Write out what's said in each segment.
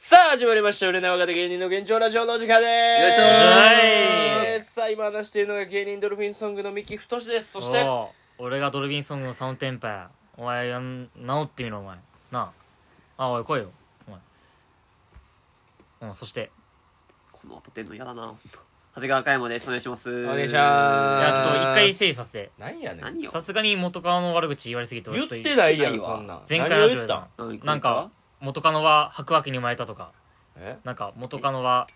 さあ、始まりました。売れない若手芸人の現状ラジオのお時間でーす。よいしょーはい。さあ、今話しているのが芸人ドルフィンソングの三木太志です。そして、おう俺がドルビンソングのサウンテンパやお前やん治ってみろお前なああおい来いよお前うんそしてこの音出んの嫌だなほんと長谷川嘉山ですお願いしますお願いしまいすやちょっと一回整理させてなんやねん何よさすがに元カノの悪口言われすぎて俺言ちょっとてないやん言ってそんなん前回何をラジ言っオでたんな何言ったなんか元カノは白亜紀に生まれたとかえなんか元カノは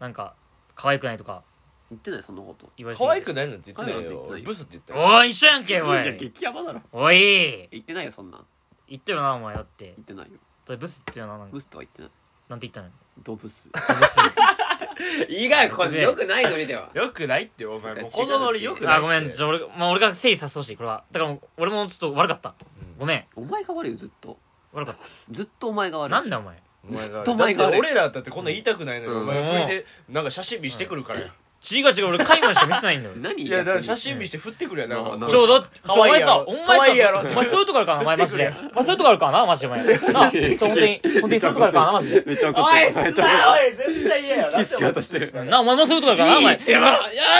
なんか可愛くないとか言ってないそんなこと言われすぎ可て愛くないなんて言ってない可愛いなんて言ってなよいよブスって言ったよおい一緒やんけおいやい激ヤバだろおい言ってないよそんなん言ったよなお前だって言ってないよだってブスって言うよななんかブスとは言ってないなんて言ったのドブス いいがこれ良くないノリではよくないってお前そっかもうこのノリよくないっあてごめんじゃあ俺,、まあ、俺が整理させてほしいこれはだからもう俺もちょっと悪かったうんごめんお前が悪いよずっと悪かったずっとお前が悪いなんだお前お前ずがっと前がだあってる俺らだってこんなん言いたくないのにうんお前振りでなんか写真見してくるからや違う違う俺カイマンしか見せないんだよ何いやだから写真真見して振ってくるやんなんうかんなんちかょうど、ちょ、お可愛い前やさ、ろお前可愛いやさ、ろお前そういうとこあるからな、お前マジで。お前そういうとこあるからな、マジでお前。なあ、ちょ、本当に、本当にそういうとこあるからな、マジで。めっちゃ怒ってるめっちゃおい絶対嫌やキスしようとしてるなあ、お前もそういうとこあるからな、お前。でもや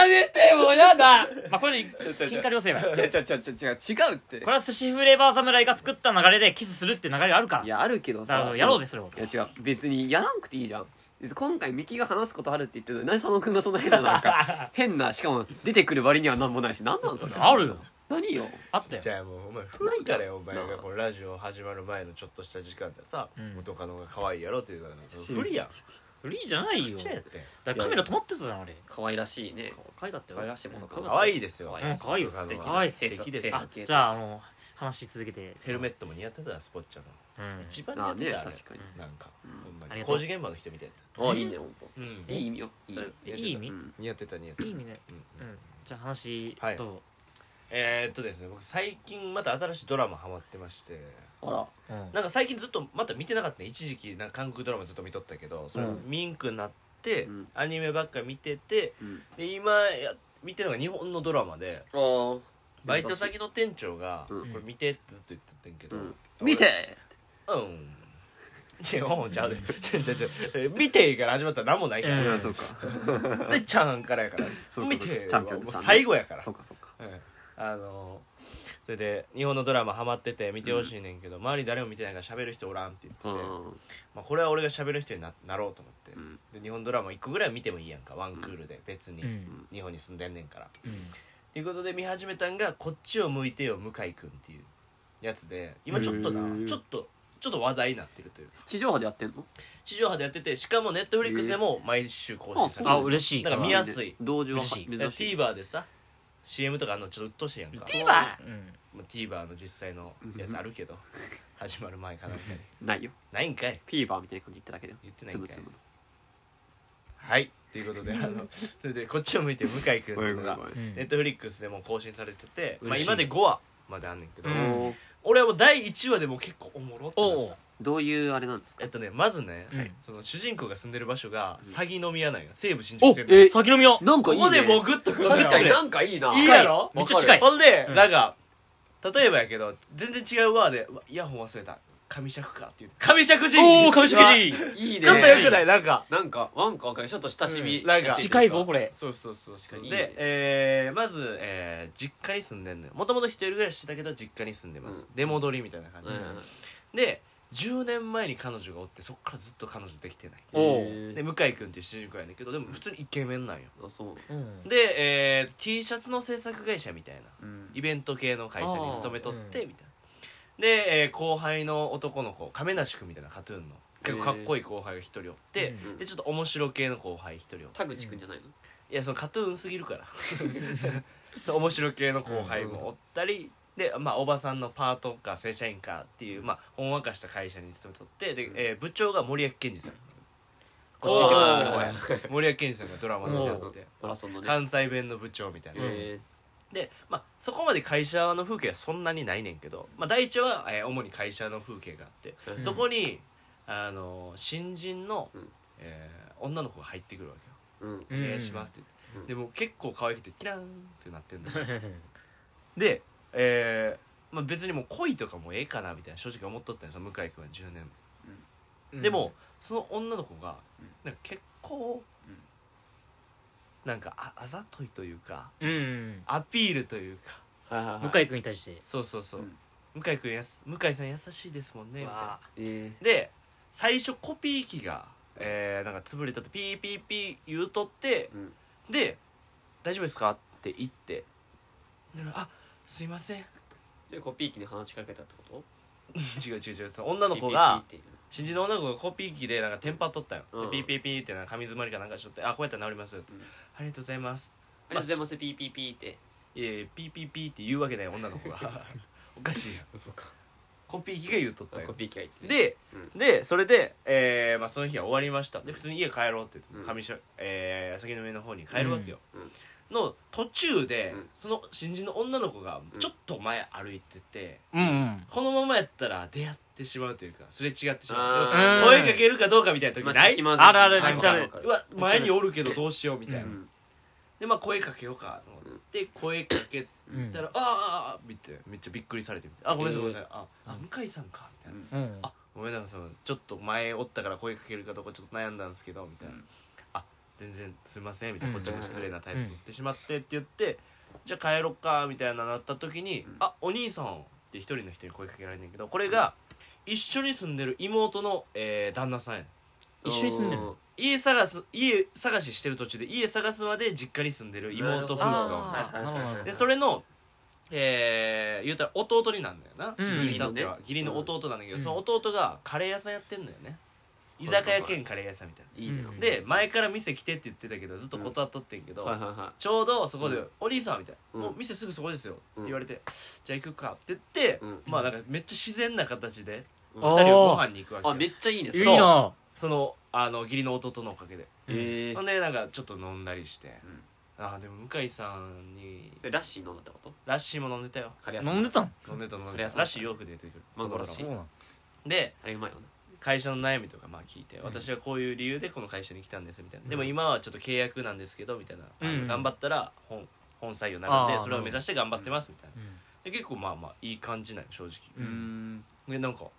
めてもうやだまあ、これで、喧嘩両 成敗。こ違う違う違う違う違うってれは寿司フレーバー侍が作った流れでキスするって流れがあるから。いだやあるけどかさら、やろうぜ、それを。いや違う別にやらんくていいじゃん今回ミキが話すことあるって言ってるのに何佐野君がそんな変ななんか変なしかも出てくる割には何もないし何なんそれあるよ。何よあった よ。じゃあもうお前古いからよお前がこのラジオ始まる前のちょっとした時間でさん元カノが可愛いやろっていうからその古いやんフリーじゃないよ。ちっちゃいやってだからカメラ止まってたじゃん、あれ。可愛らしいね可愛かったよ。可愛らしいものか可愛いですようん可愛いよ元カノは素敵可愛い素敵です清よ楚あ、じゃあ、もう、話し続けて。ヘルメットも似合ってたなスポッチャのうん。一番似合ってたああねれ確かになんかほんあまにりがとう工事現場の人みたいやったあいいね本う当んいい意味よいい意味いい意味うん似合ってた似合っていいた意味ね。うんうん。じゃあ話、はいどえーっとですね僕最近また新しいドラマハマってましてあらううん。なんか最近ずっとまた見てなかったね一時期なんか韓国ドラマずっと見とったけどそれうんミンクになってうんアニメばっか見ててうんで今や見てるのが日本のドラマであーバイト先の店長が「うこんれ見て」ってずっと言ってたんやけどうん俺見てうん。いや、もうちゃうで。ちゃうちゃうちゃう見てから始まったら何もないかうんら。あそうかで、ちゃんからやから そう。か見てチはャンもピオンズうさんね最後やからそ。うかそうかうんあのー、それで、日本のドラマハマってて見てほしいねんけど、周り誰も見てないから喋る人おらんって言ってうて、んまあこれは俺が喋る人にななろうと思ってん。で、日本ドラマ1個ぐらいは見てもいいやんか。ワンクールで、別にう。ん。日本に住んでんねんから。うん。ということで見始めたんが「こっちを向いてよ向井くん」っていうやつで今ちょっとへーなちょっとちょっと話題になってるという地上波でやってんの地上波でやっててしかもネットフリックスでも毎週更新されああ、るそう嬉しい。だから見やすい同時は嬉しい珍だからしい TVer でさ CM とかあんのちょっとうっとうしいやんか TVer うん。まあ TVer の実際のやつあるけど始まる前かなんかにないよないんかいフィーバーみたいな感じ言っただけだよ言ってないつんぶかいつぶのはいということであのそれで「こっちを向いてよ向井くん」っていうのがうんネットフリックスでも更新されてて、まあ、嬉しい今で5話まであんねんけど、うおんー俺はもう第1話でもう結構おもろってなったおうどういうあれなんですかえっとねまずね、うんその主人公が住んでる場所が詐欺飲み屋なんや西武新お宿線のえ先のみよなんかこいいこでねもうグッとくるんだ確よかに俺なんかいいないいやろめっちゃ近いほんで、うんなんか例えばやけど全然違うワーでうわイヤホン忘れた上尺かって言う上尺人おお上宿寺いいねちょっとよよくないなんかなんかワンコわかるちょっと親しみうんなんか近いぞこれそうそうそうそういいでねえーまず、えー実家に住んでんのよもともと一人暮らししてたけど実家に住んでます、出戻りみたいな感じ、で10年前に彼女がおってそっからずっと彼女できてないおうで向井君っていう主人公やねんけどでも普通にイケメンなんよあそううんで、えー T シャツの制作会社みたいなうんイベント系の会社に勤めとっあーてみたいなで、えー後輩の男の子亀梨君みたいなカトゥーンの結構かっこいい後輩が一人おって、うんでちょっと面白系の後輩一人おって田口くんじゃないのいやそのカトゥーンすぎるから そう面白系の後輩もおったり、で、まあ、おばさんのパートか正社員かっていう、まあ、ほんわかした会社に勤めとってで、えー部長が森脇健児さんこっち行きますねおこーれ森脇健児さんがドラマに出ててマラソンのね関西弁の部長みたいな、えで、まあ、そこまで会社の風景はそんなにないねんけど、まあ、第一は、えー主に会社の風景があって、うんそこに、あのー新人の、うんえー女の子が入ってくるわけよーうんお願いしますって言うんって、でも結構可愛くてキラーンってなってんだで、えーまあ、別にもう恋とかもええかなみたいな正直思っとったんですよ向井君は10年、んでもその女の子がなんか結構うんなんかああざといというかうんうんアピールというかはいはいはい向井君に対してそうそうそう、うん向井君やす向井さん優しいですもんねみたいなわあえで最初コピー機が、えーなんか潰れたってピーピーピー言うとってー、うんで「大丈夫ですか?」って言って「ならあすいません でコピー機に話しかけたってこと違う違う違う」その女の子ピがーピーピーっていう新人の女の子がコピー機でなんかテンパっとったよ、うでんピーピーピーってなんか紙詰まりかなんかしとって「あこうやったら治りますよ」って、うんありがとうございます」ありがとうございますピーピーピーっていやいやピーピーピーって言うわけない女の子 がおかしいやんそうかコピー機が言うとったよコピー機が言ってねで、うでそれで、えーまあ、その日は終わりましたで普通に家帰ろうって言ってうん上しょ、えー、先の上の方に帰るわけよ、うんうんの途中で、うんその新人の女の子がうんちょっと前歩いてて、うんうんこのままやったら出会ってしまうというかすれ違ってしまうあー声かけるかどうかみたいな時まなちい、気まずいあるあるなめんっちゃあかるわかうわめっちゃあ前におるけどどうしようみたいな、うんでまあ声かけようかと思って声かけうんたら「あーあーあー」みたいなめっちゃびっくりされてみたいな「あごめんなさいごえーめんなさい」ああ向井さんか」みたいな。うんあごめんなさいちょっと前おったから声かけるかどうかちょっと悩んだんですけどみたいな、うんあ全然すいませんみたいな、うんこっちも失礼な態度取ってしまってって言って、じゃあ帰ろっかみたいななった時に、うんあお兄さんって一人の人に声かけられんねんけどこれが一緒に住んでる妹の、えー旦那さんやねん一緒に住んでるお家探す家探ししてる途中で家探すまで実家に住んでるー妹夫婦ながるほどおっあたんやーなるほどなるほどでそれのえー、言うたら弟になんだよな、うん義理にとっては義理の弟なんだけど、その弟がカレー屋さんやってんのよね居酒屋兼カレー屋さんみたいいいねうんなで前から店来てって言ってたけどずっと断っとってんけど、はいはいはいちょうどそこでうん「お兄さん」みたいな「うんもう店すぐそこですよ」ってうん言われて「じゃあ行くか」って言って、うんまあなんかめっちゃ自然な形でうん2人はご飯に行くわけあよめっちゃいいねいいそうなそのあの義理の弟のおかげでええほんでなんかちょっと飲んだりして、うんあーでも向井さんにそれラッシー飲んだってことラッシーも飲んでたよカレー屋さ飲んでたん飲んでた飲んそでりたゃそうだらしいよく出てくるマンゴーらしそいうなんであれうまいよね会社の悩みとかまあ聞いて私はこういう理由でこの会社に来たんですみたいな、でも今はちょっと契約なんですけどみたいな、あのうん頑張ったら本本採用になるんあでーそれを目指して頑張ってますみたいなうんで結構まあまあいい感じなんよ正直、うんんでなんかこ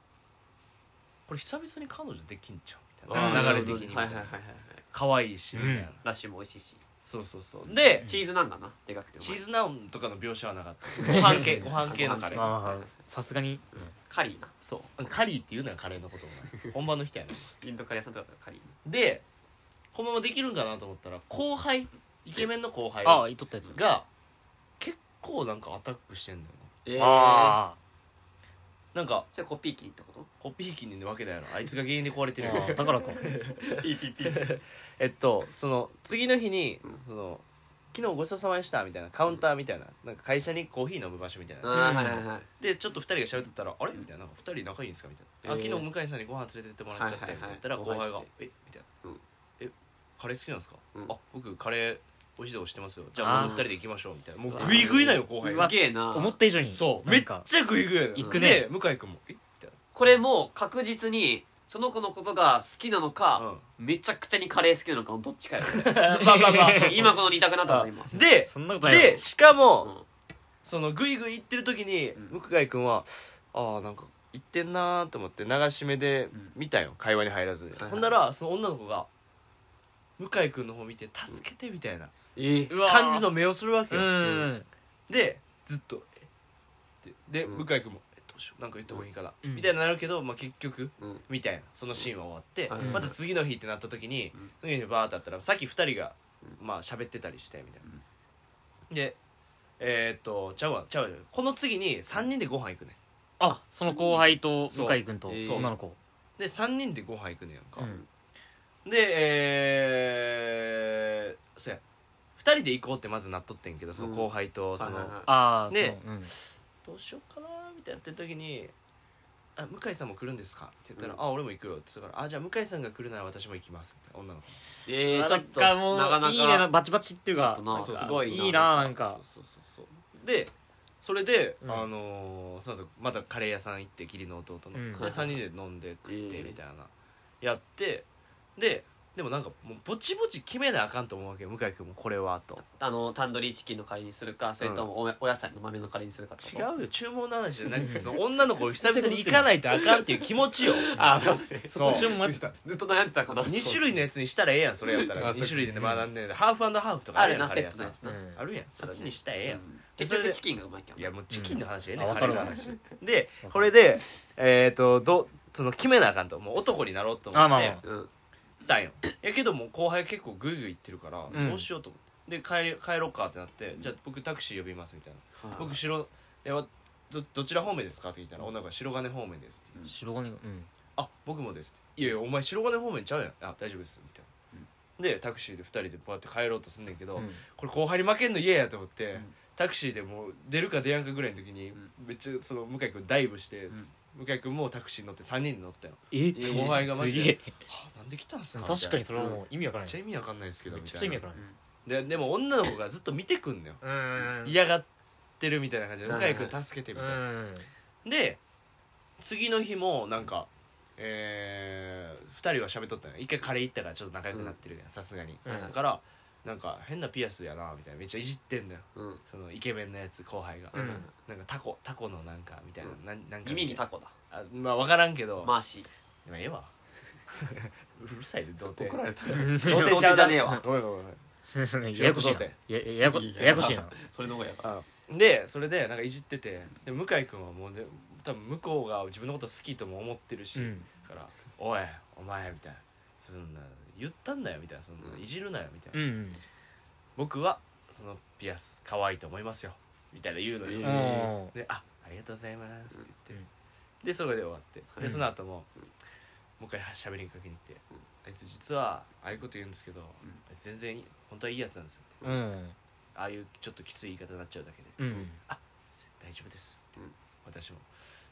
れ久々に彼女できんじゃんみあたいなー流れ的にみたはいいはいはないはいはい可愛いしみたいな、うんラッシーも美味しいしそうそうそうで、チーズなんだなでかくてうまいチーズナウンとかの描写はなかったご飯系ご飯系のカレーまあまあさすがにカリーなそうカリーって言うなよカレーのことお前本場の人やなインドカレー屋さんとかだったらカリーでこのままできるんかなと思ったら後輩イケメンの後輩ああ言っとったやつが結構なんかアタックしてんのよえああなんかそれコピー機ってことコピー機にいるわけだよなあいつが原因で壊れてるああだからかピーピーピー えっとその次の日にうんその昨日ごちそうさまでしたみたいなカウンターみたいななんか会社にコーヒー飲む場所みたいな あーはいはいはいでちょっと2人が喋ってたら「あれ?」みたいな「なんか2人仲いいんですか?」みたいな「あえー昨日向井さんにご飯連れてってもらっちゃって」はみたいいはいはいな言ったら後輩がご飯「えみたいなうん「えカレー好きなんですかうんあ僕カレー美味しいとこ知ってますよじゃあこの2人で行きましょう」みたいなもうグイグイななんよ後輩すがげえな思った以上にそうなめんっちかゃグイグイ行くねで向井君も「えみたいこれもう確実にその子のことが好きなのな、うかんめちゃくちゃにカレー好きなのかのどっ ちかよまあまあまあ今この二択になったぞ今で そんなことないでしかも、うんそのグイグイ行ってる時に、うん向井君はああなんか行ってんなーと思って流し目でうん見たよ、会話に入らずに、いはいほんならその女の子が向井君の方見て「助けて」みたいなええうわー感じの目をするわけうよ、んでずっとえってで、うん向井君も「えどうしようなんか言った方がいいかな」うんみたいになるけど、まあ、結局うんみたいなそのシーンは終わって、はいはいまた次の日ってなった時に、うん次の日バーってあったらさっき2人がまあ喋ってたりしてみたいな、でえーっとちゃうわちゃうわこの次に3人でご飯行くねあその後輩とそう向井君とえー女の子で3人でご飯行くねやんか、うんでえー、そうや2人で行こうってまずなっとってんけどその後輩とその、はいはいはいああそうでうんどうしようかなみたいなって時に「あ向井さんも来るんですか?」って言ったら「うんあ俺も行くよ」って言ったから「あじゃあ向井さんが来るなら私も行きます」みたいな女の子ええちなょんっとかもうなかなかいいねなバチバチっていうかちょっとなそうすごいないいななんかそうそうそうそうでそれで、うんあのーその後またカレー屋さん行って義理の弟の、うんで3人で飲んで食ってええみたいな、やってででもなんかもうぼちぼち決めなあかんと思うわけよ向井君もこれはとあのタンドリーチキンのカレーにするかそれともお,、お野菜の豆のカレーにするか違うよ注文の話じゃなくてその女の子を久々に行かないとあかんっていう気持ちよああそうですねそう注文待ってたずっと悩んでたかな2種類のやつにしたらええやんそれやったらあ2種類でね学んでねハーフハーフとかあるやんなカセレーッ屋トのさんやつな、うんあるやんそっちにしたらええやん結局チキンがうまいけどいやもうチキンの話ええね、うんあカレーのわかる 話でこれでえっ、とどその決めなあかんともう男になろうと思あまっあてまあうん行ったんよやけどもう後輩結構グイグイ行ってるから、うんどうしようと思ってで帰り帰ろうかってなってじゃあ僕タクシー呼びますみたいなはい僕白えわどどちら方面ですかって聞いたら女の子が白金方面ですって白金がうんあ僕もですっていやいやお前白金方面ちゃうやんあ大丈夫ですみたいな、でタクシーで2人でこうやって帰ろうとすんねんけど、うんこれ後輩に負けんの嫌やと思って、んタクシーでもう出るか出やんかぐらいの時に、んめっちゃその向井君ダイブして、ん向井君もタクシーに乗って3人で乗ったよええ後輩がマジすげでえ「はあなんで来たんすか?」確かにみそれはもう意味わかたいなめっらなちゃい意味わかんないですけどめみちゃたくいちゃな意味わからないででも女の子がずっと見てくんのようーん嫌がってるみたいな感じでう向ん井君助けてうみたいなーんで次の日もなんかえー、2人は喋っとったのよ一回カレー行ったからちょっと仲良くなってるやんさすがに、うんだからなんか変なピアスやなみたいなめっちゃいじってんのようんそのイケメンのやつ後輩が、うんなんかタコタコのなんかみたいな,、なん、なんか耳にタココだあまあ分からんけど、マーシーまあ、ええわ うるさいで童貞怒られ た童童貞ち貞ゃうじゃなねえわごめんごめんごめんややこし仕事いなってやややこややこしいな それの方がやばいでそれでなんかいじっててで向井君はもうね多分向こうが自分のこと好きとも思ってるし、うんから「おいお前」みたいな「そんな言ったんだよ」みたいな「そんないじるなよ」みたいな、うん僕はそのピアス可愛いと思いますよ」みたいな言うのよ、うんえーおーで「あありがとうございます」って言って、うでそれで終わって、うでんその後も、もう一回しゃべりにかけに行って、あいつ実はああいうこと言うんですけど、あいつ全然いい本当はいいやつなんですよ」うんああいうちょっときつい言い方になっちゃうだけでうん大丈夫です、うん私も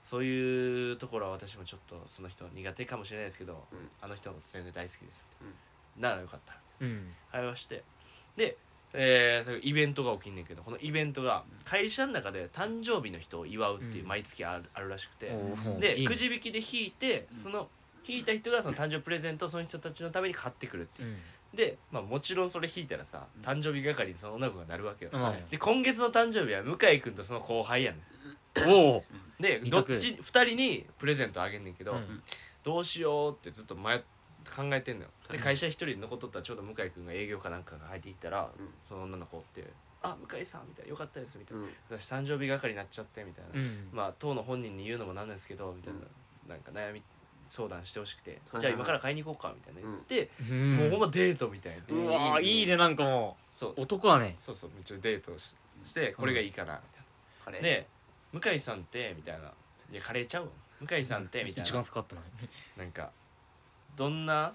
そういうところは私もちょっとその人苦手かもしれないですけど、うんあの人のこと全然大好きです、ならよかったうん会話してで、えーそれイベントが起きんねんけどこのイベントが会社の中で誕生日の人を祝うっていううん毎月ある,、あるらしくて、おーでいいねくじ引きで引いてその引いた人がその誕生日プレゼントをその人たちのために買ってくるってうんで、まあ、もちろんそれ引いたらさ誕生日係にその女の子がなるわけよ、まあで今月の誕生日は向井君とその後輩やねんおおで二どっ択ち2人にプレゼントあげんねんけど、うんどうしようってずっと迷っ考えてんのよで会社一人残っとったらちょうど向井君が営業かなんかが入ってきたら、うんその女の子って「あ向井さん」みたいな「よかったです」みたいうんな「私誕生日係になっちゃって」みたいな、うんまあ当の本人に言うのもなんですけどみたいな、なんか悩み相談してほしくて、はいじゃあ今から買いに行こうかみたいな言って、うんもうほんまデートみたいな、うんうわーいいねなんかもそうう男はねそうそうめっちゃデートししてこれがいいかなみたいな。カレーで「向井さんって」みたいな「いやカレーちゃうわ向井さんって」みたい時な間使ったななんか「どんな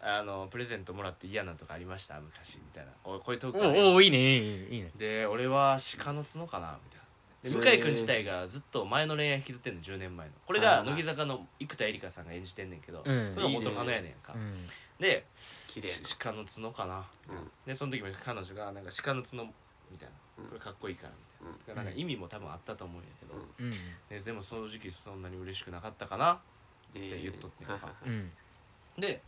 あのプレゼントもらって嫌なんとかありました昔」みたいなおこういうトークおあるーやんおーいいねいいねいいねで俺は鹿の角かなみたいなで向井君自体がずっと前の恋愛引きずってんの10年前のこれが乃木坂の生田絵梨花さんが演じてんねんけど、うんこれが元カノやねんか、うんで綺麗し鹿の角かな、うんでその時も彼女がなんか鹿の角みたいなこれかっこいいからみたいな,、なんか意味も多分あったと思うんやけど、うんうんででも正直そんなに嬉しくなかったかなえって言っとってはいはいうんで、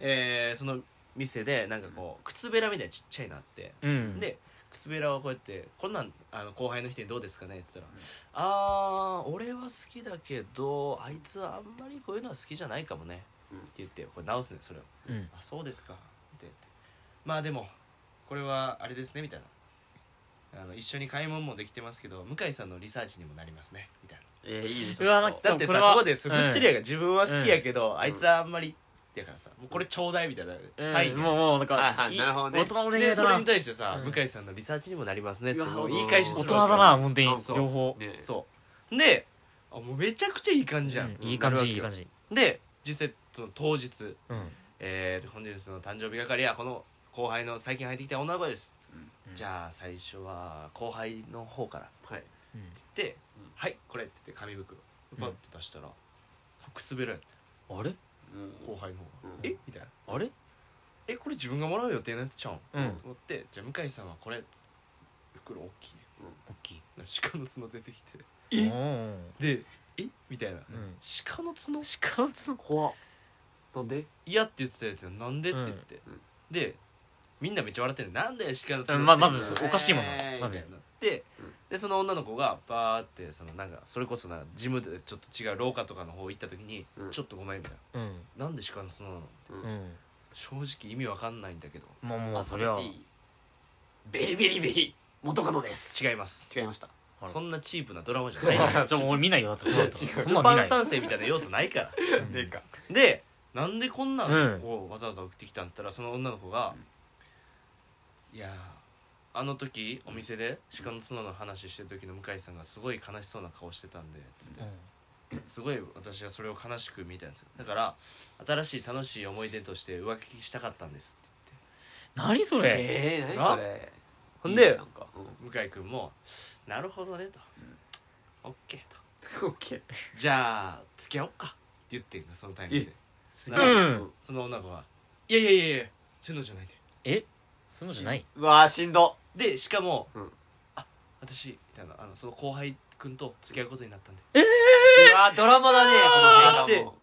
えーその店でなんかこう靴べらみたいなちっちゃいなって、うんで靴べらをこうやって「こんなんあの後輩の人にどうですかね?」って言ったら「あー俺は好きだけどあいつはあんまりこういうのは好きじゃないかもね」うんって言ってこれ直すねそれをうん「あそうですか」ってまあでもこれはあれですね」みたいな。あの一緒に買い物もできてますけど向井さんのリサーチにもなりますねみたいなえーいいねうわなんかだってさこれこはこで振ってるやんか自分は好きやけど、あいつはあんまりやからさもうこれちょうだいみたいな、うんサインもうもうなんはいかはいいなるほどね大人の恋でそ愛だれなに対してさ、うん向井さんのリサーチにもなりますねってうわもう言い返しす大る人わけだな本当にうん両方ねそうであもうめちゃくちゃいい感じじゃん、うんいい感じいいなるわ感じけよで実際その当日うんえー、本日の誕生日係はこの後輩の最近入ってきた女の子です、んじゃあ最初は後輩の方からはいうんで、うんはいこれ」って言って紙袋パッて出したら、靴べらやってあれ後輩の方が「うんえみたいなあれ「えこれ自分がもらう予定のやつちゃうん?」うんと思って「じゃあ向井さんはこれ袋大きいね大きい」鹿の角出てきてえで「えみたいなうん「鹿の角鹿の角怖っなんで嫌って言ってたやつがなんでって言って、うんでみんなめっちゃ笑ってるなんでしかうんまあまずえーおかしいもんなまずみたいになってうんでその女の子がバーってそのなんかそれこそなジムでちょっと違う廊下とかの方行った時に、うんちょっとごめんみたいうんななんでしかそのなのうん正直意味わかんないんだけどもうもうそれは ベリベリベリ元カノです違います違いましたあらそんなチープなドラマじゃないです ちょ俺見ないよだってそうだったらそルんなの見パなンい三世みたいな要素ない からでかでなんでこんなうんのをわざわざ送ってきたんだったらその女の子が「いやーあの時お店で鹿の角の話してる時の向井さんがすごい悲しそうな顔してたんで」つってすごい私はそれを悲しく見たんですよだから新しい楽しい思い出として浮気したかったんですって何それええ何それほんでいいねなんかうん言って向井君も「なるほどね」と「オッケーとオッケー「じゃあ付き合おっか」って言ってんのそのタイミングですげえうんその女の子が「いやいやいやいやそういうのじゃないで」えそんなのじゃないうわーしんどでしかも、うんあ私みたいなあのその後輩くんと付き合うことになったんでうわードラマだねこの映画もっ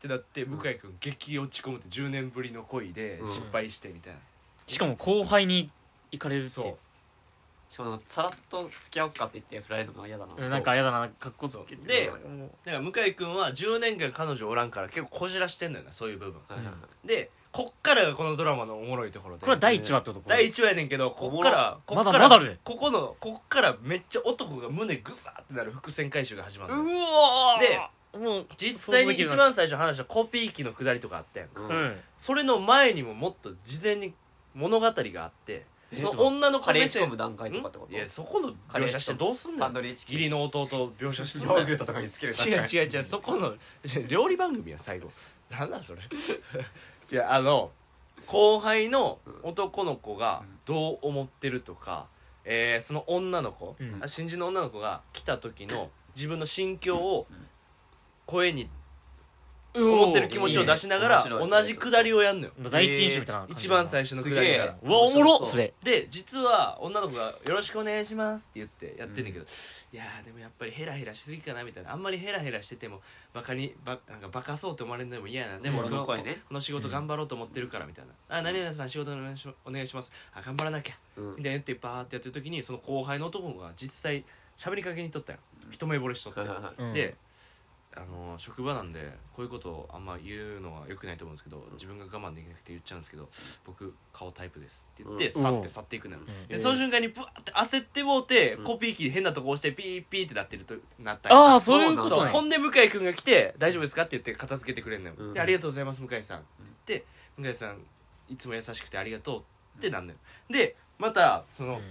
てなって向井くん激落ち込むって10年ぶりの恋でうん失敗してみたいな、しかも後輩に行かれるってそうしかもさらっと付き合おうかって言って振られるのが嫌だなうんなんかやだな格好つけそうてでうんだから向井くんは10年間彼女おらんから結構こじらしてんのよなそういう部分はいはいはいでこっからがこのドラマのおもろいところでこれは第一話ってこと第1話やねんけどこっからこおもろっまかだらまだあるここのこっからめっちゃ男が胸グサーってなる伏線回収が始まるのよわでもう実際に一番最初話したコピー機のくだりとかあったやんかうんうんそれの前にももっと事前に物語があってえその女の子カレー目仕込線む段階とかってこんといやそこの描写してどうすんタのンドリーチキ義ン理の弟を描写 すヨるのー違グルトとかにつけるう違う違うそこの 違う料理番組や最後なんだそれ 違うあの後輩の男の子がどう思ってるとか、えーその女の子、うんあ新人の女の子が来た時の自分の心境を声に思ってる気持ちを出しながらいいね面白い同じくだりをやんのよ第一印象みたいな感じ一番最初のくだりやからすげえうわおもそろうそれで実は女の子が「よろしくお願いします」って言ってやってんだけど、いやーでもやっぱりヘラヘラしすぎかなみたいなあんまりヘラヘラしててもバカにバなんかバカそうって思われるのでも嫌やなでも俺の声ねこの仕事頑張ろうと思ってるからみたいな「あ何々さん仕事お願いしお願いしますあ頑張らなきゃ」うんみたいなってバーってやってる時にその後輩の男が実際喋りかけにとったよ一目惚れしとったはいよはいはいうんであの職場なんでこういうことをあんま言うのはよくないと思うんですけど自分が我慢できなくて言っちゃうんですけど僕顔タイプですって言ってうん去って去っていくのよ、うんでその瞬間にブワーって焦ってもうて、うんコピー機変なとこ押してピーピーってなってるとなったりああそういうこそとうねほんで向井君が来て「大丈夫ですか?」って言って片付けてくれるのよ、うんで「ありがとうございます向井さん」って言って「向井さんいつも優しくてありがとう」ってなんのよでまたその、うん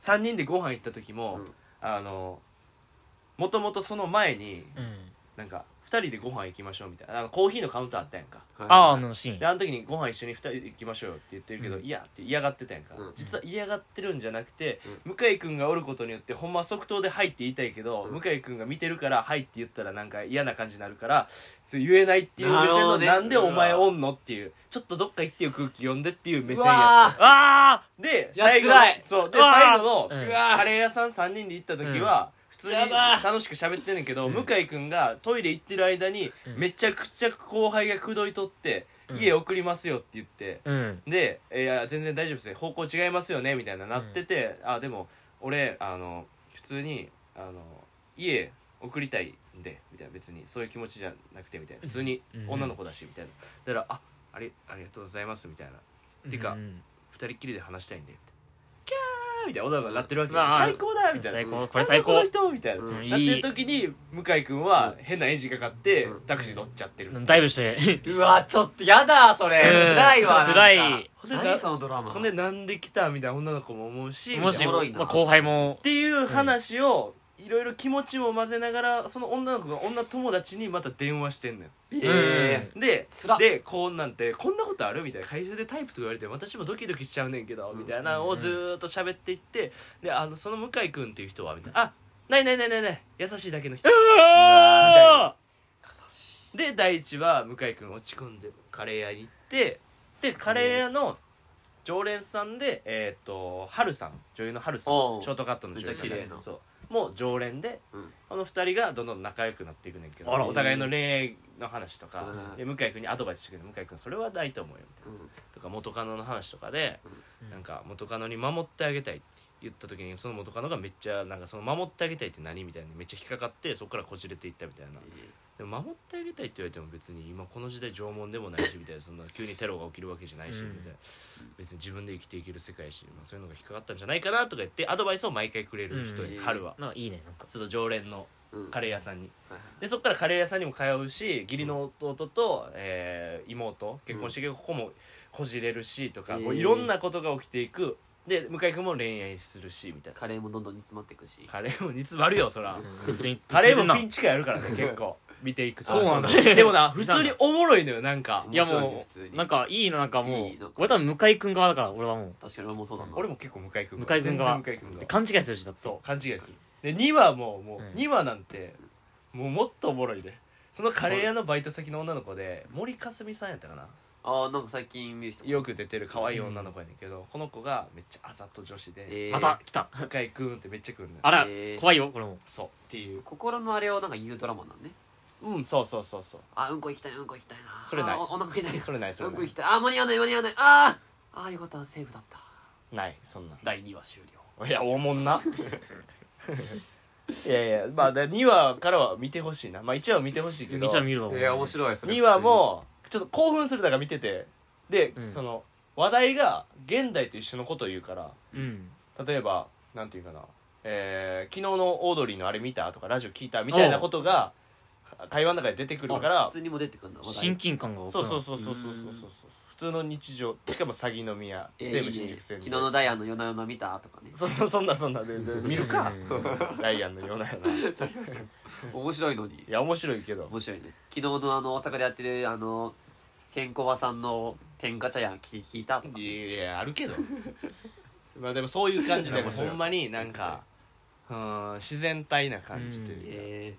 3人でご飯行った時も、うんあのもともとその前にうんなんか2人でご飯行きましょうみたいなあのコーヒーのカウンターあったやんかああのシでーンあの時にご飯一緒に2人で行きましょうよって言ってるけど、うんいやって嫌がってたやんか、うん実は嫌がってるんじゃなくて、向井君がおることによってほんまは即答で「はい」って言いたいけど、うん向井君が見てるから「はい」って言ったらなんか嫌な感じになるからそう言えないっていう目なる線ほどの「ねなんでお前おんの?」っていうちょっとどっか行ってよ空気読んでっていう目う線やわーあでや最後の辛いそうでうわー最後のうんうわーカレー屋さん3人で行った時は普通にやだー楽しく喋ってんねんけどうん向井君がトイレ行ってる間にうんめちゃくちゃ後輩が口説いとってうん家送りますよって言ってあうんで「いや全然大丈夫ですね方向違いますよね」みたいななってて「あでも俺あの普通にあの家送りたいんで」みたいな別にそういう気持ちじゃなくてみたいな普通に女の子だしみたいなだから「あありありがとうございます」みたいなてかうん二人っきりで話したいんでみたいなキャーみたいな女の子がなってるわけようんうわ最高だみたいな最高ここれ最高の人みたいな、うんなってる時に向井君は変なエンジンかかってうんタクシー乗っちゃってる、ダイ ブしてうわちょっとやだそれうん辛いわなんか辛いな何そのドラマほんでなんで来たみたいな女の子も思うしもみたしいなおもろいなまあ後輩もっていう話をいろいろ気持ちも混ぜながらその女の子が女友達にまた電話してんのよえでつらっでこうなんてこんなことあるみたいな会社でタイプとか言われて私もドキドキしちゃうねんけど、うんみたいなのをずーっと喋っていってであのその向井君っていう人はみたいな「あないないないないない優しいだけの人」あで第一は向井君落ち込んでカレー屋に行ってでカレー屋の常連さんでえっ、と春さん女優の春さんシおうョートカットの女優さんめっちゃね綺麗なそうもう常連でうんこの二人がどんどん仲良くなっていくねんけどあらお互いの恋愛の話とかうんで向井君にアドバイスしてくれて向井君それはないと思うよみたいなうんとか元カノの話とかでうんなんか元カノに守ってあげたいって言った時にその元カノがめっちゃなんかその守ってあげたいって何みたいなめっちゃ引っかかってそこからこじれていったみたいなでも守ってあげたいって言われても別に今この時代縄文でもないしみたいなそんな急にテロが起きるわけじゃないしうみんたいな別に自分で生きていける世界やし、まあ、そういうのが引っかかったんじゃないかなとか言ってアドバイスを毎回くれる人うんに春はなんかいいねなんかその常連のうんカレー屋さんにはいはいでそこからカレー屋さんにも通うし義理の弟と、えー妹結婚してここもこじれるしとか、うんもういろんなことが起きていくで向井君も恋愛するしみたいなカレーもどんどん煮詰まっていくしカレーも煮詰まるよそら別にカレーもピンチ感やるからね 結構見ていくとそうなんだでも な普通におもろいのよなんかいや面白ねも普通うになんかいいのなんかもういいなんか俺多分向井君側だから俺はも確かに俺もそうだな俺も結構向井君向井君側全然向井君うが勘違いするしだってそう勘違いするで2話ももうんう2話なんてもうもっとおもろいでそのカレー屋のバイト先の女の子で森かすみさんやったかなああなんか最近見る人よく出てる可愛い女の子やねんけど、この子がめっちゃあざと女子でえーまた来た「向井くん」ってめっちゃくんねんあらえー怖いよこれもそうっていう心のあれをなんか言うドラマなんねうんそうそうそうそうあうんこ行きたいうんこ行きたいなそれないあおお腹痛いなそれないそれうんなこ行いきたいあ間に合わない間に合わないあーあーよかったセーブだったないそんな第2話終了いやおもんないやいやまあ2話からは見てほしいなまあ1話は見てほしいけど見ちゃ見るわいや面い白いそれ2話もちょっと興奮するだから見ててで、うんその話題が現代と一緒のことを言うからうん例えばなんていうかな、えー昨日のオードリーのあれ見たとかラジオ聞いたみたいなことが会話の中で出てくるから普通にも出てくるんだ話題親近感がそうそううそうそうそうそうそう普通の日常しかも詐欺の宮えー全部新宿線いいでね昨日のダイヤの夜な夜な見たとかねそう そうそんなそんなでで見るかうんライアンのようなようない面白いのにや面白いけど面白いね昨日のあの大阪でやってるあの健康場さんの天下茶屋聞聞いたとかいやいやあるけ どまあでもそういう感じで面ほ白いんまになんかうん自然体な感じというかえ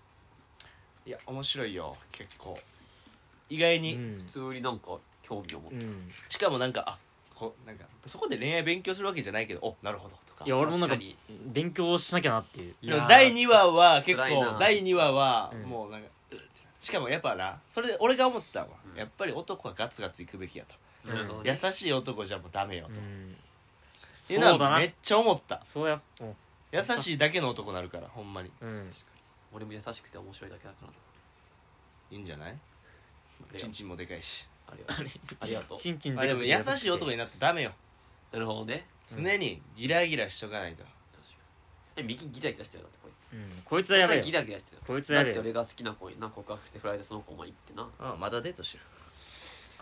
いや面白いよ結構意外うに、ーん普通になんか興味を持っうてんしかもなんかあこうなんかそこで恋愛勉強するわけじゃないけどおなるほどとかいや俺もなんか確かに勉強しなきゃなっていういいややー第2話は結辛いな構第2話はうんもうなんか、うってなるしかもやっぱなそれで俺が思ったわ、やっぱり男はガツガツいくべきやと、なるほど優しい男じゃもうダメよと、うんってそいううのはだなめっちゃ思ったそうやうん優しいだけの男になるからほんまにうん俺も優しくて面白いだけだからないいんじゃないあれちよんちんもでかいしあれよありがとうちんちんあでも優しい男になってダメよなるほどね常にギラギラしとかないと、確かにえ右ギラギラしてるだってこいつうんこいつはやべえこいつギよラギラしてるこいつはだやっべえてよ俺が好きな子にな告白して振られてその子も行ってなうん、まだデートしてる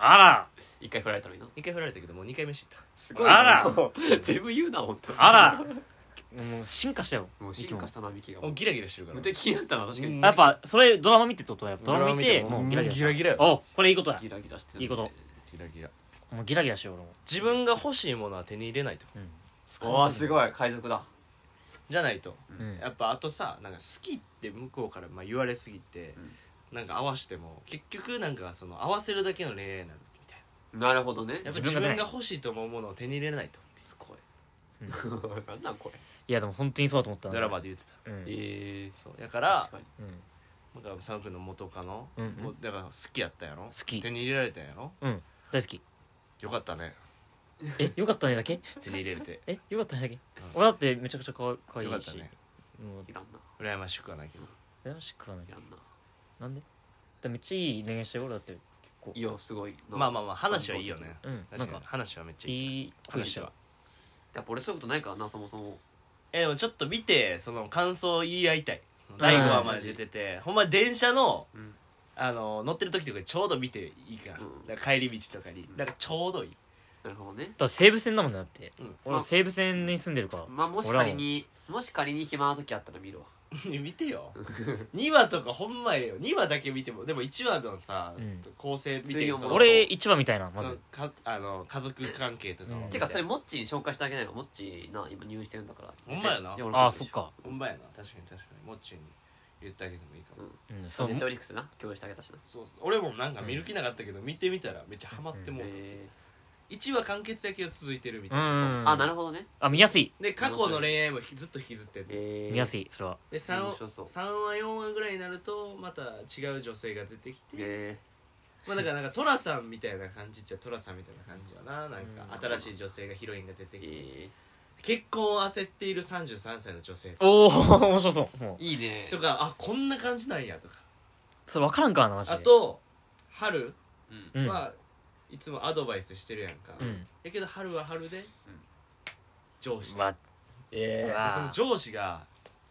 あら一回振られたのにな一回振られたけどもう2回飯行ったすごいなあら 全部言うな本当にあらもう進化したよもう進化したなミキがもうギラギラしてるから無敵になったな確かにやっぱそれドラマ見てってことはやっぱドドララママ見見ててももううギラギラギラギラよおこれいいことだギラギラしてるいいことギラギラもうギラギラしよう俺も自分が欲しいものは手に入れないとうんおーすごい海賊だじゃないとうんやっぱあとさなんか好きって向こうからまあ言われすぎて、なんか合わしても結局なんかその合わせるだけの恋愛なのみたいなるほどねなやっぱ自自分がね分が欲しいと思うものを手に入れないとすごうい なんなんこれいやでも本当にそうだと思ったなドラマで言ってたうんええそうだから確かにうんなんか佐野君の元カノ、うんうんもうだから好きやったやろ好き手に入れられたんやろうん大好きよかったねえよかったねだけ手に入れれてえよかったねだけ俺だってめちゃくちゃかわかわいよかっいしたねもういらんな羨ましくはないけどよし食わないいらんななんでだってめっちゃいい恋愛してる俺だって結構いやすごいなまあまあまあ話はいいよねうんな確んかにか話はめっちゃいいいい恋してる話はやっぱ俺そういうことないからなそもそもえでもちょっと見てその感想を言い合いたいその第5話まで出てて、ほんま電車の,、うんあの乗ってる時とかにちょうど見ていいから,、うん帰り道とかに、なんかちょうどい いなるほどねだから西武線だもんねだってうん俺西武線に住んでるからまあもし俺は仮にもし仮に暇な時あったら見るわ見てよ2話とかほんまええよ2話だけ見てもでも1話のさ、うん構成見普通にて思うその俺一番みたいなまそのずかあの家族関係とかもうん見ててかそれモッチーに紹介してあげないのモッチーな今入院してるんだからほんまやな喜ぶでしょああそっかほんまやな確かに確かにもっちーに言ってあげてもいいかも、うんうんそそううネットフリックスな共有してあげたしなそうそう俺もなんか見る気なかったけど、見てみたらめっちゃハマってもうた、え1話完結だけが続いてるみたういんな、うんあなるほどねあ見やすいで過去の恋愛もひずっと引きずってるえ見やすいそれはで 3, 面白そう3話4話ぐらいになるとまた違う女性が出てきて、えまあだからなんかトラさんみたいな感じっちゃトラさんみたいな感じやななんかうん新しい女性がヒロインが出てーきて、え結婚を焦っている33歳の女性おお面白そうもーういいねとかあこんな感じなんやとかそれ分からんからなマジであと春うんうん、はいつもアドバイスしてるやんか、うんやけど春は春で上司うわうでわその上司が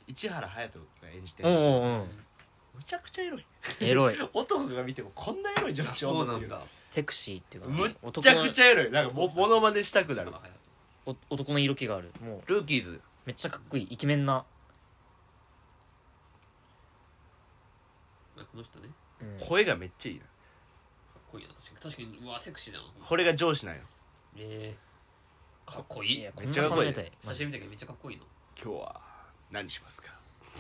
市原隼人が演じてうんるうんうんむちゃくちゃエロいエロい男が見てもこんなエロい上司そおうんのなっていんだセクシーっていうかむっち男ゃくのちゃエロいなんかもモノマネしたくなるお男の色気があるもうルーキーズめっちゃかっこいいイケメンな、あこの人ねかうん、声がめっちゃいいなっこいいな確かに確かにうわセクシーだなこれが上司なんよえー、かっこいいいやこめんっなちゃかっこ考いいえたいマ久ジしぶりだけどめっちゃかっこいいの今日は何しますか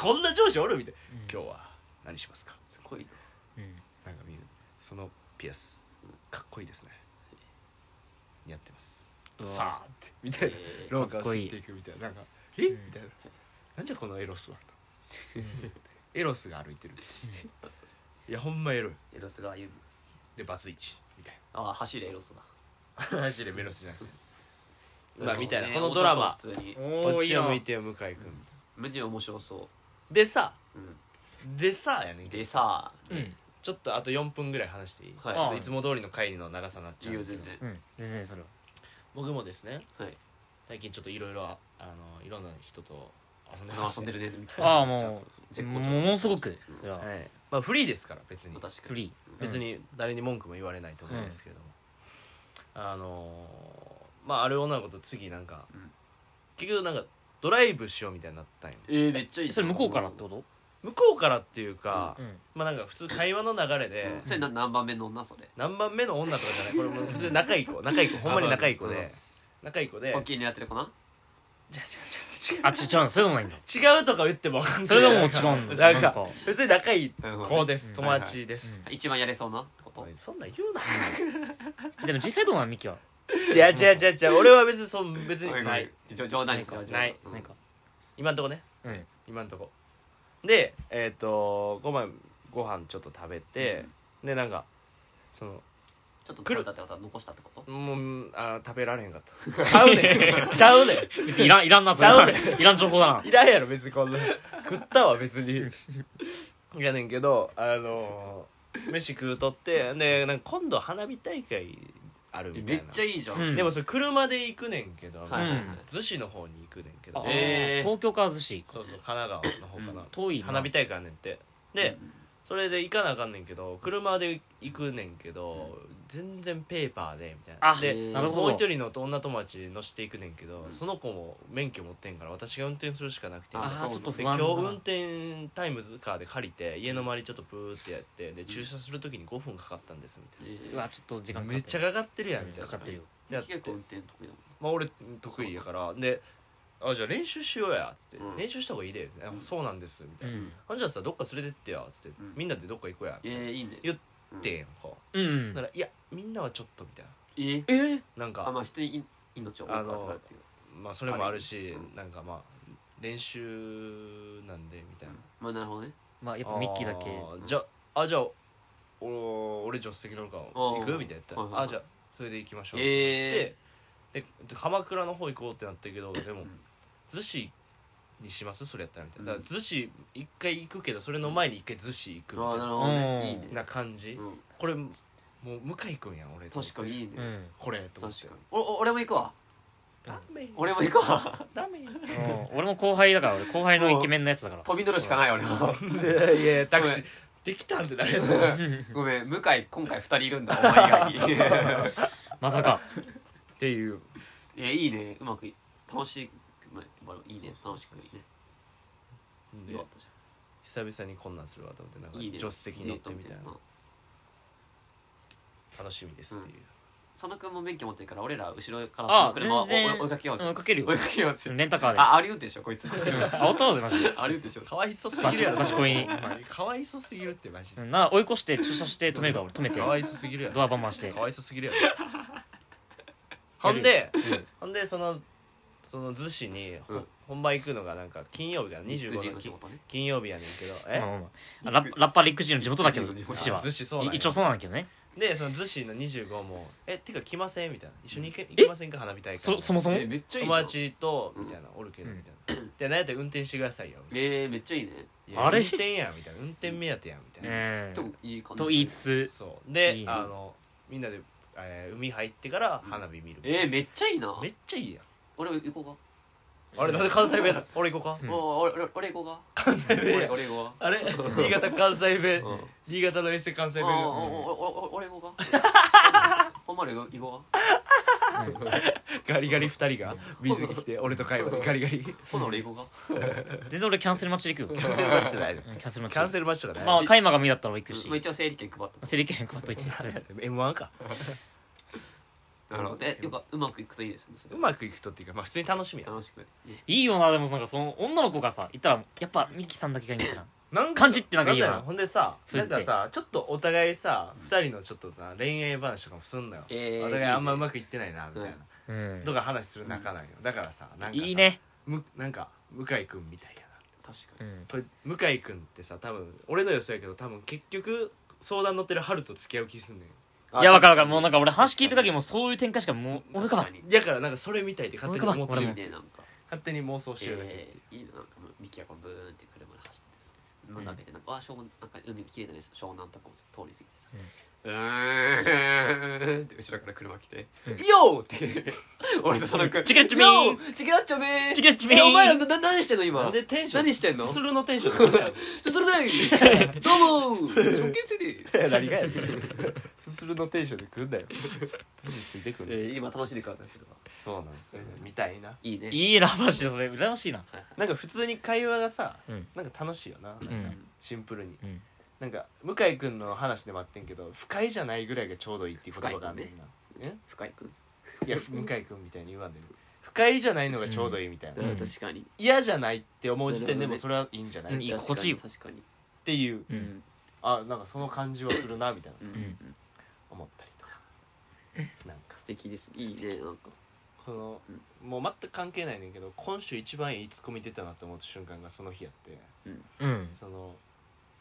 こんな上司おるみたい、今日は何しますかすごいなでうんなんか見るそのピアスかっこいいですね似合ってますうわさあってみたいなえ廊下かっをこい走いっていくみたいななんか「えみたいな「なんじゃこのエロスは」 エロスが歩いてる いやほんまエロいー、エロスが歩むでバツイチみたいああ走れエロスだな 話でメロスじゃなくてまなあるほどねみたいなこのドラマ面白そう普通におこおっいいちをな向いてよ向井君無事面白そでさう、うん、でさやねんけどでさうんちょっとあと4分ぐらい話していい、はいちょっといつも通りの回の長さになっちゃいいうよんですけ全ど然うん全然それは僕もですねはい最近ちょっといろいろあのいろんな人と遊んでまし遊てんでるねミキさんああもう絶好調ものすごくそれははいまあフリーですから別に確かにフリー別に誰に文句も言われないと思うんですけれども、あのーまああれ女の子と次なんか、うん結局なんかドライブしようみたいになったんよえー、めっちゃいいそれ向こうからってこと向こうからっていうか、うんまあなんか普通会話の流れで、それな何番目の女それ何番目の女とかじゃないこれもう普通に仲いい子仲いい子ほんまに仲いい子あそうで仲いい子で本気に狙ってる子なじゃあじゃあじゃああ違うのそれでもないんだ違うとか言っても分かんないそれでも違うんだなんなんかか別に仲いい子です、うん友達です、一番やれそうなってことおいそんなん言うなでも実際どうなんミキは違う違う違う違う俺は別にそん別おいおにないじょ冗談ですかないうんなんか今んとこね うん今んとこでえっ、とご飯ご飯ちょっと食べて、でなんかそのちょっと食べたってことは残したってこともうあー食べられへんかったちゃうねんちゃうねん別にいらんいらんなそれちゃうねいらん情報 だないらんやろ別にこんな食ったわ別にいやねんけどあのー飯食うとってでなんか今度花火大会あるみためいっなちゃいいじゃん、うんでもそれ車で行くねんけど、はいはいはいうん逗子の方に行くねんけあどーえー東京から寿司そうそう神奈川の方かな、うん遠いな花火大会あんねんってで、それで行かなあかんねんけど車で行くねんけど、全然ペーパーでみたいなあでーなるもほう一ど人の女友達乗していくねんけど、その子も免許持ってんから私が運転するしかなくてあああちょっとで不今安日だ運な転タイムズカーで借りて家の周りちょっとブーってやってで駐車する時に5分かかったんですみたいな、うわちょっと時間かかめっっちてゃるかかってるやんみたいかなかってるよやって結構運転得意だもんまあ、俺得意やからで「あじゃあ練習しようや」っつって、うん練習した方がいいで」あそうなんです」みたういな、んあじゃあさどっか連れてってよ」っつって、うんみんなでどっか行こうや」みたいなえー、いいね言ってんやんか、うんだから「いやみんなはちょっと」みたいなえー、えーなんあまかあ人に命をあ脅のかせるっていうまあそれもあるし、うんなんかまあ練習なんでみたいな、まあなるほどねまあやっぱミッキーだけあじゃああじゃあお俺助手席乗るから行くみたいな言ったらはいはいはいあじゃあそれで行きましょう」えででで鎌倉の方行こうってなったけどでも逗子にしますそれやったらみたいなうだんから逗子一回行くけどそれの前に一回逗子行くー、みああたないるほどねいいうんねなな感じうん、これもう向井君やん俺と思って確かにいいね、うんこれと思って確かにおお俺も行くわダメ俺も行く わダメうん俺も後輩だから俺後輩のイケメンのやつだから飛び乗るしかない 俺もい やいやタクシーできたんってなるやつごめん向井今回二人いるんだお前以外に まさかっていういやいいねうまくい楽しくまあいいねそうそ楽しうくそういいねでよかったじ久々にこんなんするわと思ってなんゃかんいいね助手席に乗ってみたいデートな楽しみですっていう佐野君も免許持ってるから俺ら後ろからあその車を全然追いかけよううんぜかけるよ追いかけようぜレンタカーであありうでしょこいつ 煽ったわぜマジでありうでしょかわいそすバチバチコインかわいそすぎるってマジでうんなら追い越して駐車して止めるから俺止めてかわいそすぎるやろ ドアバンバンしてかわいそすぎるやほんで、うんほんでそのその逗子に、ほうん本番行くのがなんか金曜日だ育児25のの仕金事ね金曜日やねんけどまあえまあまあラッラッパー陸人の地元だけど陸人寿の地元司は逗子そうなんや一応そうなんだけどねでその逗子の25も「えてか来ません?」みたいな「一緒に行け行えきませんか花火大会」そそもそもえめっちゃいい友じゃん達とみたいなおるけどみたいな「で何やったら運転してくださいよ」みたいえー、めっちゃいいねな「いやあれ運転や」みたいな「運転目当てや」みたいな、うんといい感じと言いつつそうでいいねあのみんなで、えー海入ってから花火見る、えー、めっちゃいいなめっちゃいいやん俺行こうかあれなんで関西弁なの俺行こうかうんおー俺俺俺行こうか関西弁俺や俺行こあれ新潟関西う弁かうん新潟のエセ関西あー弁おおおお俺行こう かほんまに行こうかガリガリ二人が水着着て俺と会話ガリガリほな俺行こう全然俺キャンセル待ちで行くよキャンセル待ちてないのうんキャンセルキャ待ンちセル待ちとかないまあ開幕が見だったら俺行くかしまあ一応整理券配っ整理券配っといてとりあえず M1 かたなるほどねよくうまくいくといいですねそれうまくいくとっていうかまあ普通に楽しみや楽しくいいよなでもなんかその女の子がさ言ったらやっぱミキさんだけがいいんだななん感じってなんかいいよなだろほんでさそれなんってかさちょっとお互いさ二人のちょっとな恋愛話とかもすんのよえーお互いあんまうまくいってないなみたいうんなとか話する仲なんよだからさなんかさいいねむなんか向井君みたいやな確かうにんこれ向井君ってさ多分俺の予想やけど多分結局相談乗ってる春と付き合う気すんねんいやわかるわかるもうなんかか俺話聞いた限りもうそういう展開しかもう思い浮かばんだからなんかそれみたいって勝手に思って俺るもいいねなんか勝手に妄想してるだけ、えー、いいななんかもうミキがこうブーンって車で走っててさ真ん中でなんか、あ湘南なんか海綺麗だね湘南とかも通り過ぎてさうーんって後ろから車来て「うんよー!」って 俺とその君チキラッチョビーンよーチキラッチョビーンチキラッチョビーンえお前らなな何してんの今なんでテンション何してんの するのテンションだよちょそれだよどうもー職権生です 何がやねんすするのテンションで来んだよ筋ついてくえー今楽しんでくださいそれはそうなんですよみたいないいねいいな話だそれ羨ましいななんか普通に会話がさ、うんなんか楽しいよななんかうんシンプルに、うんなんか向井君の話でもあってんけど不快じゃないぐらいがちょうどいいっていう言葉があんねんな、え深井君、いや向井君みたいに言わんでも不快じゃないのがちょうどいいみたいな、うん確かに嫌じゃないって思う時点でもうそれはいいんじゃない、うんいいっ心地いい確かにていうう確かにんあなんかその感じはするなみたいなうん、うんん思ったりとかなんか素敵ですいいねなんかそのもう全く関係ないねんけど今週一番いいツッコミ出たなって思った瞬間がその日やってうんその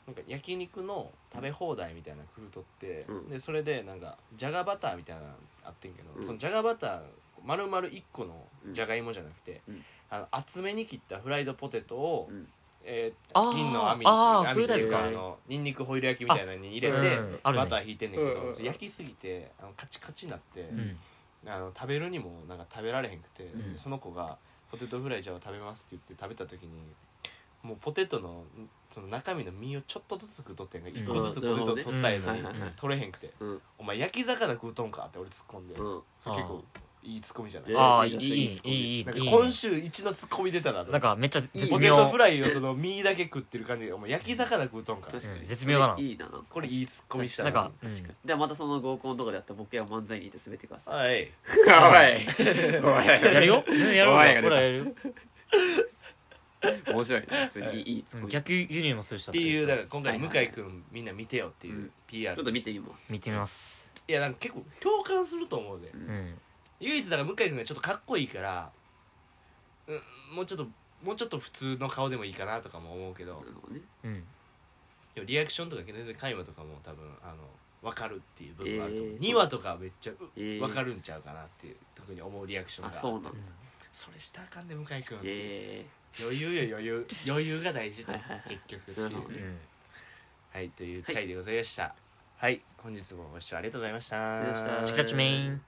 なんか焼肉の食べ放題みたいなの来るとって、うんでそれでなんかじゃがバターみたいなのあってんけど、うんそのじゃがバター丸々1個のじゃがいもじゃなくて、うんあの厚めに切ったフライドポテトを、うんえーあー銀の網あー網っていうかそうあいうタイプかのニンニクホイル焼きみたいなのに入れて、うんあるねバター引いてんねんけど、うんうんそれ焼きすぎてあのカチカチになって、うんあの食べるにもなんか食べられへんくて、うんその子が「ポテトフライじゃあ食べます」って言って食べた時にもうポテトのその中身の身をちょっとずつ食うとってんがん一個ずつポテト取ったやのにうんはいはいはい取れへんくてうん「お前焼き魚食うとんか」って俺突っ込んで、うんそれ結構いいツッコミじゃない、えああいいいいいいいいいいなんかいい今週一のツッコミ出たなとなんかめっちゃ絶ポテト妙フライをその身だけ食ってる感じが「お前焼き魚食うとんか」確かに、うん絶妙だなそれいいなこれいいツッコミしたなんか確かにではまたその合コンとかでやったボケは漫才にいて滑ってくださいはいおやるよ全然やるよおほ前が出たらやるよい面白いね普通にいいいいツッコミちょ逆輸入もするしだっってたいうだらから今回はい向はいはい井君みんな見てよっていううん PR っと見てみます見てみますいやなんか結構共感すると思うでうん唯一だから向井君がちょっとかっこいいから、うん、もうちょっともうちょっと普通の顔でもいいかなとかも思うけどなるほどねうんでもリアクションとか全然会話とかも多分あの分かるっていう部分があると思う、えー2話とかめっちゃ、えー分かるんちゃうかなっていう特に思うリアクションあがそうなんだそれしたらあかんね向井君、え余裕よ余裕余裕が大事だはいはいはい結局なるほどうねんはいという回でございましたはい、本日もご視聴ありがとうございましたありがとうございましたチカチメイン